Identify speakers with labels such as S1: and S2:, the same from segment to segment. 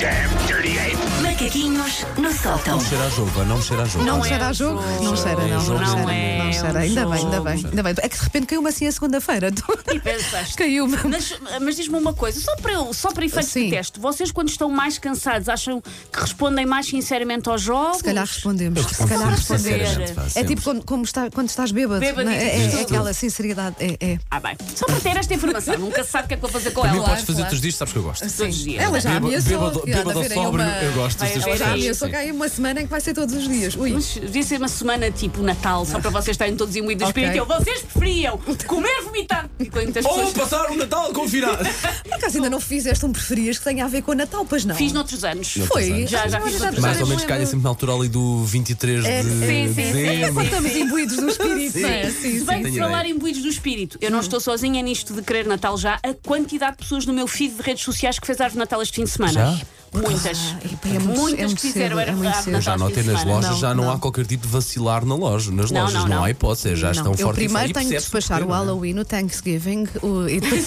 S1: damn dirty ape!
S2: Macaquinhos no sótão.
S3: Não cheira a jogo, não cheira a jogo.
S4: Não,
S3: Não
S4: cheira
S3: é.
S4: a jogo?
S3: jogo.
S4: Não cheira,
S3: É
S4: não, não,
S3: jogo.
S4: cheira.
S3: Não
S4: não,
S3: é um
S4: cheira. Ainda bem,
S3: jogo.
S4: ainda bem, ainda bem. É que de repente caiu-me assim a segunda-feira.
S5: E pensaste.
S4: Caiu-me.
S5: Mas, mas diz-me uma coisa, só para, eu, só para efeitos
S4: Sim.
S5: de teste, vocês quando estão mais cansados acham que respondem mais sinceramente aos jogos?
S4: Se calhar respondemos.
S3: Eu
S4: Se calhar
S3: respondo sempre
S4: respondemos.
S3: sincero,
S5: responder.
S3: gente, pá,
S4: É
S3: sempre.
S4: tipo quando, como está- quando estás bêbado.
S5: Bêbado
S4: não é? É- é
S5: diz
S3: tudo.
S4: aquela sinceridade. É, é.
S5: Ah, bem. Só para ter esta informação, nunca se sabe o que é que vou fazer com
S3: Para mim,
S5: ela.
S3: podes fazer todos os dias, sabes que eu gosto.
S5: Todos os dias.
S4: Ela já
S3: Bêbado-
S4: ameaçou.
S3: bêbado-
S4: que há de
S3: bêbado
S4: haver aí
S3: sóbrio,
S4: uma-
S3: eu gosto
S5: Vai
S3: destas
S5: haver
S4: Ela já
S3: coisas.
S4: ameaçou
S3: Sim.
S4: que há aí uma semana em que vai ser todos os dias. Ui.
S5: Mas devia ser uma semana tipo Natal, só para vocês estarem todos imbuídos de
S4: Ok.
S5: espírito. Eu, vocês preferiam comer, vomitar. E quando muitas
S3: Ou
S5: pessoas.
S3: passar o Natal confinado.
S4: Por acaso ainda não fizeste um preferias que tenha a ver com o Natal, pois não?
S5: Fiz noutros anos.
S4: Foi?
S5: Já, já
S4: Olha,
S5: fiz outros
S3: Mais ou
S4: me
S3: menos calha
S4: lembro.
S3: sempre na altura ali do 23 de
S4: É, sim,
S5: sim, sim.
S4: É quando
S3: dezembro.
S4: estamos imbuídos do espírito, não é? Sim,
S5: Se
S4: sim.
S5: bem que
S3: Tenho
S5: falar
S3: ideia.
S5: em buídos do espírito, eu não estou sozinha nisto de querer Natal já. A quantidade de pessoas no meu feed de redes sociais que fez árvore de Natal este fim de semana.
S3: Já?
S5: Muitas.
S4: Ah, epá, é muito- é
S5: Muitas
S4: muito
S5: que fizeram
S4: cedo,
S5: era
S4: é muito
S5: árvore de
S4: cedo.
S5: Natal.
S3: Já
S5: este
S3: notei
S5: fim de
S3: nas
S5: semana.
S3: lojas,
S4: Não,
S3: já não,
S4: não.
S3: há qualquer tipo de vacilar na loja, nas
S5: Não,
S3: lojas, não,
S5: não, não.
S3: há hipótese, já
S4: Não,
S3: estão
S4: eu
S3: fortes.
S4: primeiro tenho de
S3: que
S4: despachar o Halloween, o Thanksgiving o- e depois.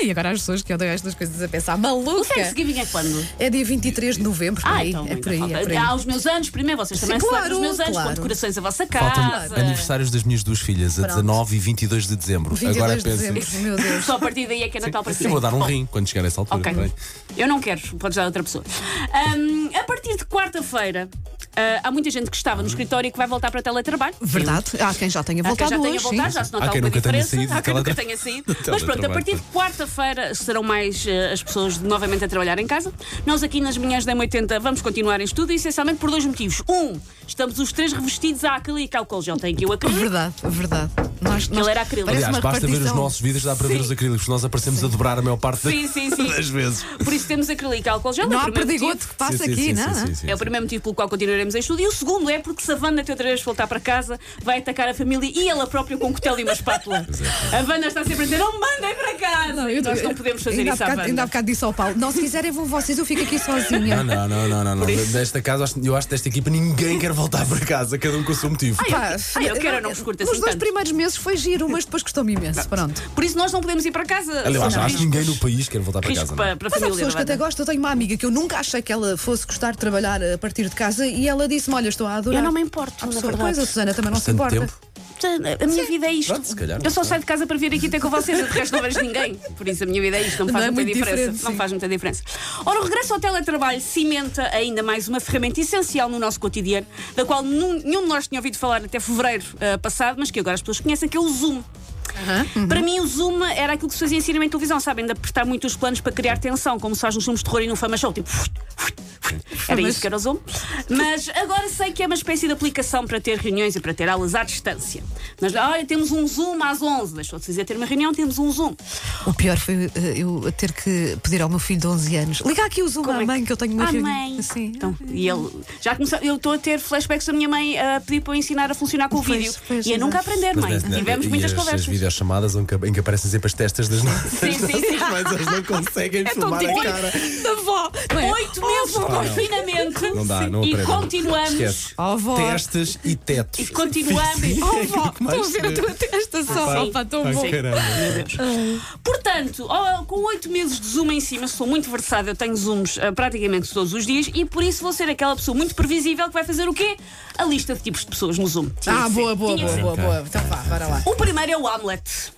S4: e agora as pessoas que odeiam estas coisas a pensar,
S5: O
S4: maluca!
S5: Thanksgiving é quando?
S4: É dia 23 de novembro, por
S5: Ah,
S4: aí,
S5: então.
S4: é
S5: ainda
S4: por aí,
S5: falta.
S4: é por aí.
S5: Há os meus anos primeiro, vocês
S4: Sim,
S5: também
S4: claro,
S5: celebram os meus anos,
S4: claro.
S5: com decorações a vossa
S3: Faltam
S5: casa.
S3: aniversários das minhas duas filhas, a 19 e 22 de dezembro.
S4: 22
S3: Agora
S4: de
S3: pensem.
S4: dezembro, meu Deus.
S5: Só a partir daí é que é Natal para ti.
S3: Eu vou dar um
S5: Bom,
S3: rim quando chegar a essa altura.
S5: Ok.
S3: está bem?
S5: Eu não quero, podes dar a outra pessoa. Ahm, a partir de quarta-feira, ah, há muita gente que estava no
S3: Hum.
S5: escritório e que vai voltar para teletrabalho.
S4: Verdade, há quem já tenha
S5: Há quem
S4: voltado
S5: já tenha
S4: hoje,
S5: voltado,
S4: sim.
S5: já se nota
S3: Há quem
S5: alguma
S3: nunca tenha
S5: diferença.
S3: saído
S5: há
S3: do
S5: quem nunca
S3: teletra-
S5: tenha saído.
S3: do
S5: Mas pronto, a
S3: teletrabalho.
S5: partir de quarta-feira serão mais eh, as pessoas novamente a trabalhar em casa. Nós aqui nas manhãs da M80 vamos continuar em estudo, essencialmente por dois motivos. Um, estamos os três revestidos à acrílico álcool gel. Tem aqui o acrílico.
S4: Verdade, verdade. Nós, nós,
S5: era acrílico.
S4: parece
S3: Aliás,
S4: uma
S3: basta ver os
S4: repartição.
S3: nossos vídeos, dá para ver os acrílicos. Nós aparecemos a dobrar a maior parte da-
S5: Sim, sim, sim.
S3: das vezes.
S5: Por isso temos acrílico álcool gel.
S4: É Não
S5: é o
S4: há
S5: primeiro motivo.
S4: perdigoto que passa
S3: Sim, sim,
S4: aqui,
S3: sim,
S4: não?
S3: sim, sim, sim,
S5: É o
S3: sim.
S5: primeiro motivo pelo qual continuaremos em estudo. E o segundo é porque se a Wanda tem outra vez voltar para casa, vai atacar a família e ela própria com um cutelo e uma espátula. A Wanda está sempre a dizer: não me mandem para casa!
S4: eu-
S5: Nós não podemos fazer
S4: ainda
S5: isso
S4: há
S5: à
S4: bocado,
S5: Wanda.
S4: Ainda há bocado disse ao Paulo: não, se quiserem vão vocês, eu fico aqui sozinha.
S3: Não, não, não, não, não. não.
S5: isso-
S3: Desta casa, acho- eu acho que desta equipa ninguém quer voltar para casa, cada um com o seu motivo.
S4: Pá,
S5: Ah, eu quero, eu não vos curto assim
S4: Nos dois
S5: tanto.
S4: primeiros meses foi giro, mas depois custou-me imenso. Pronto.
S5: Por isso nós não podemos ir para casa.
S3: Aliás,
S5: Sim,
S3: acho, acho que
S5: risco-
S3: ninguém no país quer voltar para
S5: risco
S3: casa.
S5: para,
S3: não.
S5: para a
S4: Mas há
S5: família.
S4: pessoas
S5: não
S4: que
S5: é?
S4: até gostam. Eu tenho uma amiga que eu nunca achei que ela fosse gostar de trabalhar eh, a partir de casa e ela disse-me: Olha, estou a adorar.
S5: Eu não me importo,
S4: Há
S5: na
S4: pessoas-
S5: verdade.
S4: Pois a Susana também não se
S3: Tanto
S4: importa.
S3: tempo.
S5: Portanto, A minha vida é isto.
S3: Pronto, se calhar,
S5: eu só
S3: não sei.
S5: saio de casa para vir aqui ter com vocês, de resto não vejo ninguém. Por isso a minha vida é isto, não me
S4: Não
S5: faz
S4: é
S5: muita
S4: muito diferente,
S5: diferença. Não
S4: sim.
S5: faz muita diferença. Ora, o regresso ao teletrabalho cimenta ainda mais uma ferramenta essencial no nosso cotidiano, da qual nun- nenhum de nós tinha ouvido falar até fevereiro ah, passado, mas que agora as pessoas conhecem, que é o Zoom. Uhum.
S4: Uhum.
S5: Para mim, o Zoom era aquilo que se fazia em cinema e em televisão, sabem? De apertar muito os planos para criar tensão, como se faz nos filmes de terror e no Fama Show. Tipo, era isso que era o Zoom. Mas agora sei que é uma espécie de aplicação para ter reuniões e para ter aulas à distância. Mas, olha, temos um Zoom às 11. Deixou de dizer ter uma reunião, temos um Zoom.
S4: O pior foi eh, eu ter que pedir ao meu filho de 11 anos: Liga aqui o Zoom à
S5: é
S4: mãe, que eu tenho uma
S5: Ah,
S4: reunião."
S5: mãe.
S4: Assim.
S5: Então, e ele já começou, eu estou a ter flashbacks da minha mãe a pedir para eu ensinar a funcionar com o
S4: Pois,
S5: vídeo.
S4: pois,
S5: e eu
S4: exato.
S5: nunca aprender,
S3: Mas
S5: mãe.
S3: nessa-
S5: Tivemos
S3: e
S5: muitas
S3: as,
S5: conversas.
S3: As videochamadas em que, em que aparecem sempre as testas das nossas
S5: Sim, É sim, sim.
S3: mães, eles não conseguem filmar a
S5: típico.
S3: cara.
S4: Da vó!
S5: Oito meses de confinamento
S3: Não dá, não
S5: e
S3: aprendem.
S5: continuamos.
S3: Esquece.
S4: Ó, vó.
S3: Testas e tetos.
S5: E continuamos.
S3: Sim,
S4: Oh,
S3: é o
S4: vó,
S3: que mais
S4: estou a ver a
S3: se vê.
S4: tua testa só.
S5: Sim.
S4: Opa, tão
S3: Ah,
S4: bom.
S3: caramba.
S5: Portanto, ó, com oito meses de zoom em cima, sou muito versada, eu tenho zooms ah, praticamente todos os dias e por isso vou ser aquela pessoa muito previsível que vai fazer o quê? A lista de tipos de pessoas no zoom. Tinha
S4: Ah,
S5: de ser.
S4: boa, boa,
S5: Tinha de
S4: boa,
S5: ser.
S4: boa, boa. Então vá, bora lá.
S5: O primeiro é o Hamlet.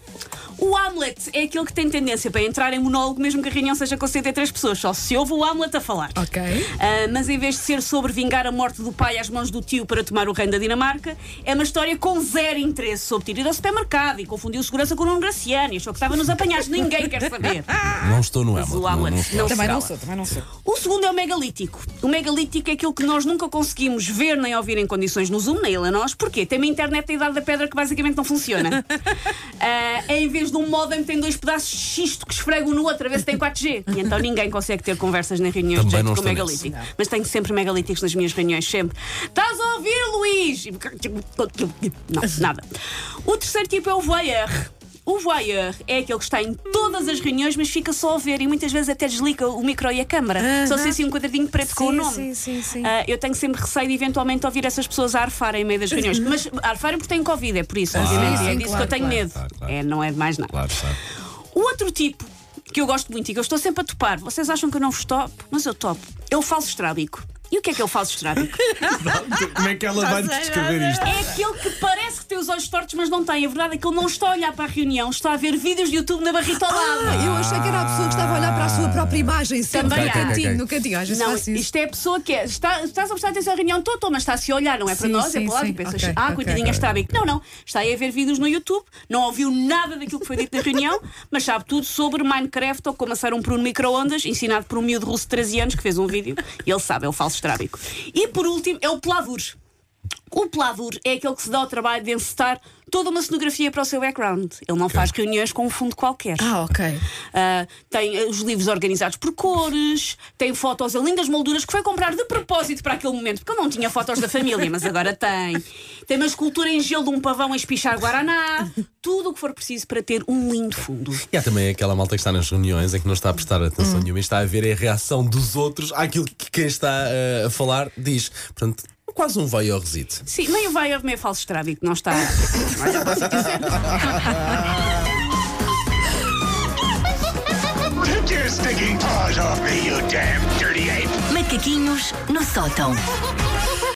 S5: O Hamlet é aquele que tem tendência para entrar em monólogo, mesmo que a reunião seja com 73 pessoas, só se ouve o Hamlet a falar.
S3: Tá
S4: Ok.
S5: Ah, mas em vez de ser sobre vingar a morte do pai às mãos do tio para tomar o reino da Dinamarca, é uma história com zero interesse sobre ter ido ao supermercado e confundiu segurança com um graciano e achou que estava nos apanhados. Ninguém quer saber.
S3: Não estou no Hamlet.
S5: o
S3: Não,
S5: Hamlet
S3: não estou.
S5: se
S4: Também não
S5: cala.
S4: sou, também não sou.
S5: O segundo é o megalítico. O megalítico é aquilo que nós nunca conseguimos ver nem ouvir em condições no Zoom, nem ele a nós. Porquê? Tem uma internet da idade da pedra que basicamente não funciona. Ah, em vez de um modem, tem dois pedaços de xisto que esfregam no outro a ver se tem 4G. E então ninguém consegue ter conversas nem reuniões de
S3: Também
S5: jeito
S3: não
S5: com o
S3: estou
S5: megalítico. Mas tenho sempre megalíticos nas minhas reuniões, sempre. Estás a ouvir, Luís? Não, nada. O terceiro tipo é o voyeur. O voyeur é aquele que está em todas as reuniões, mas fica só a ver e muitas vezes até desliga o micro e a câmara. Só se assim um quadradinho preto com o
S4: Sim,
S5: nome.
S4: sim, sim, sim.
S5: Ah, eu tenho sempre receio de eventualmente ouvir essas pessoas a arfarem em meio das reuniões. Mas arfarem porque têm Covid, é por isso, obviamente.
S4: Ah, sim,
S5: é disso
S4: claro,
S5: que eu tenho
S4: claro.
S5: medo.
S3: Claro, claro.
S5: É, não é de mais nada.
S3: Claro, sabe.
S5: O outro tipo que eu gosto muito e que eu estou sempre a topar. Vocês acham que eu não vos topo? Mas eu topo. É o falso estrábico. E o que é que é o falso estrábico?
S3: Como é que ela
S5: Tá
S3: vai descrever isto?
S5: É aquele que parece que tem os olhos tortos, mas não tem. A verdade é que ele não está a olhar para a reunião, está a ver vídeos de YouTube na barrita ao lado.
S4: Ah, eu achei que era a pessoa que estava a olhar para a sua própria imagem, sempre
S5: Também
S4: no
S5: há.
S4: cantinho,
S3: Ok, ok, ok.
S4: no cantinho. Às vezes
S5: Não,
S4: faço isso.
S5: isto é a pessoa que é. Está, estás a prestar atenção à reunião toda, mas está-se a olhar, não é para
S4: Sim,
S5: nós, é
S4: sim,
S5: para lá.
S4: sim.
S5: E pensas,
S4: Ok,
S5: ah,
S4: ok.
S5: coitadinha, está bem. Não, não. Está aí a ver vídeos no YouTube, não ouviu nada daquilo que foi dito na reunião, mas sabe tudo sobre Minecraft ou como assar um pruno micro-ondas, ensinado por um miúdo russo de 13 anos que fez um vídeo. E ele sabe, é o falso estrábico. E por último, é o Plavur. O Plavur é aquele que se dá ao trabalho de encetar toda uma cenografia para o seu background. Ele não faz reuniões com um fundo qualquer.
S4: Ah, ok.
S5: Ah, tem eh, os livros organizados por cores, tem fotos a lindas molduras que foi comprar de propósito para aquele momento, porque eu não tinha fotos da família, mas agora tem. Tem uma escultura em gelo de um pavão a espichar guaraná, tudo o que for preciso para ter um lindo fundo.
S3: E há também aquela malta que está nas reuniões em que não está a prestar atenção nenhuma e está a ver a reação dos outros àquilo que quem está eh, a falar diz. Portanto, quase um vai ao resíduo.
S5: Sim, meio vai meio falso estrábico, não está.
S1: Take your stinking paws off me, you damn dirty ape!
S2: Macaquinhos no sótão.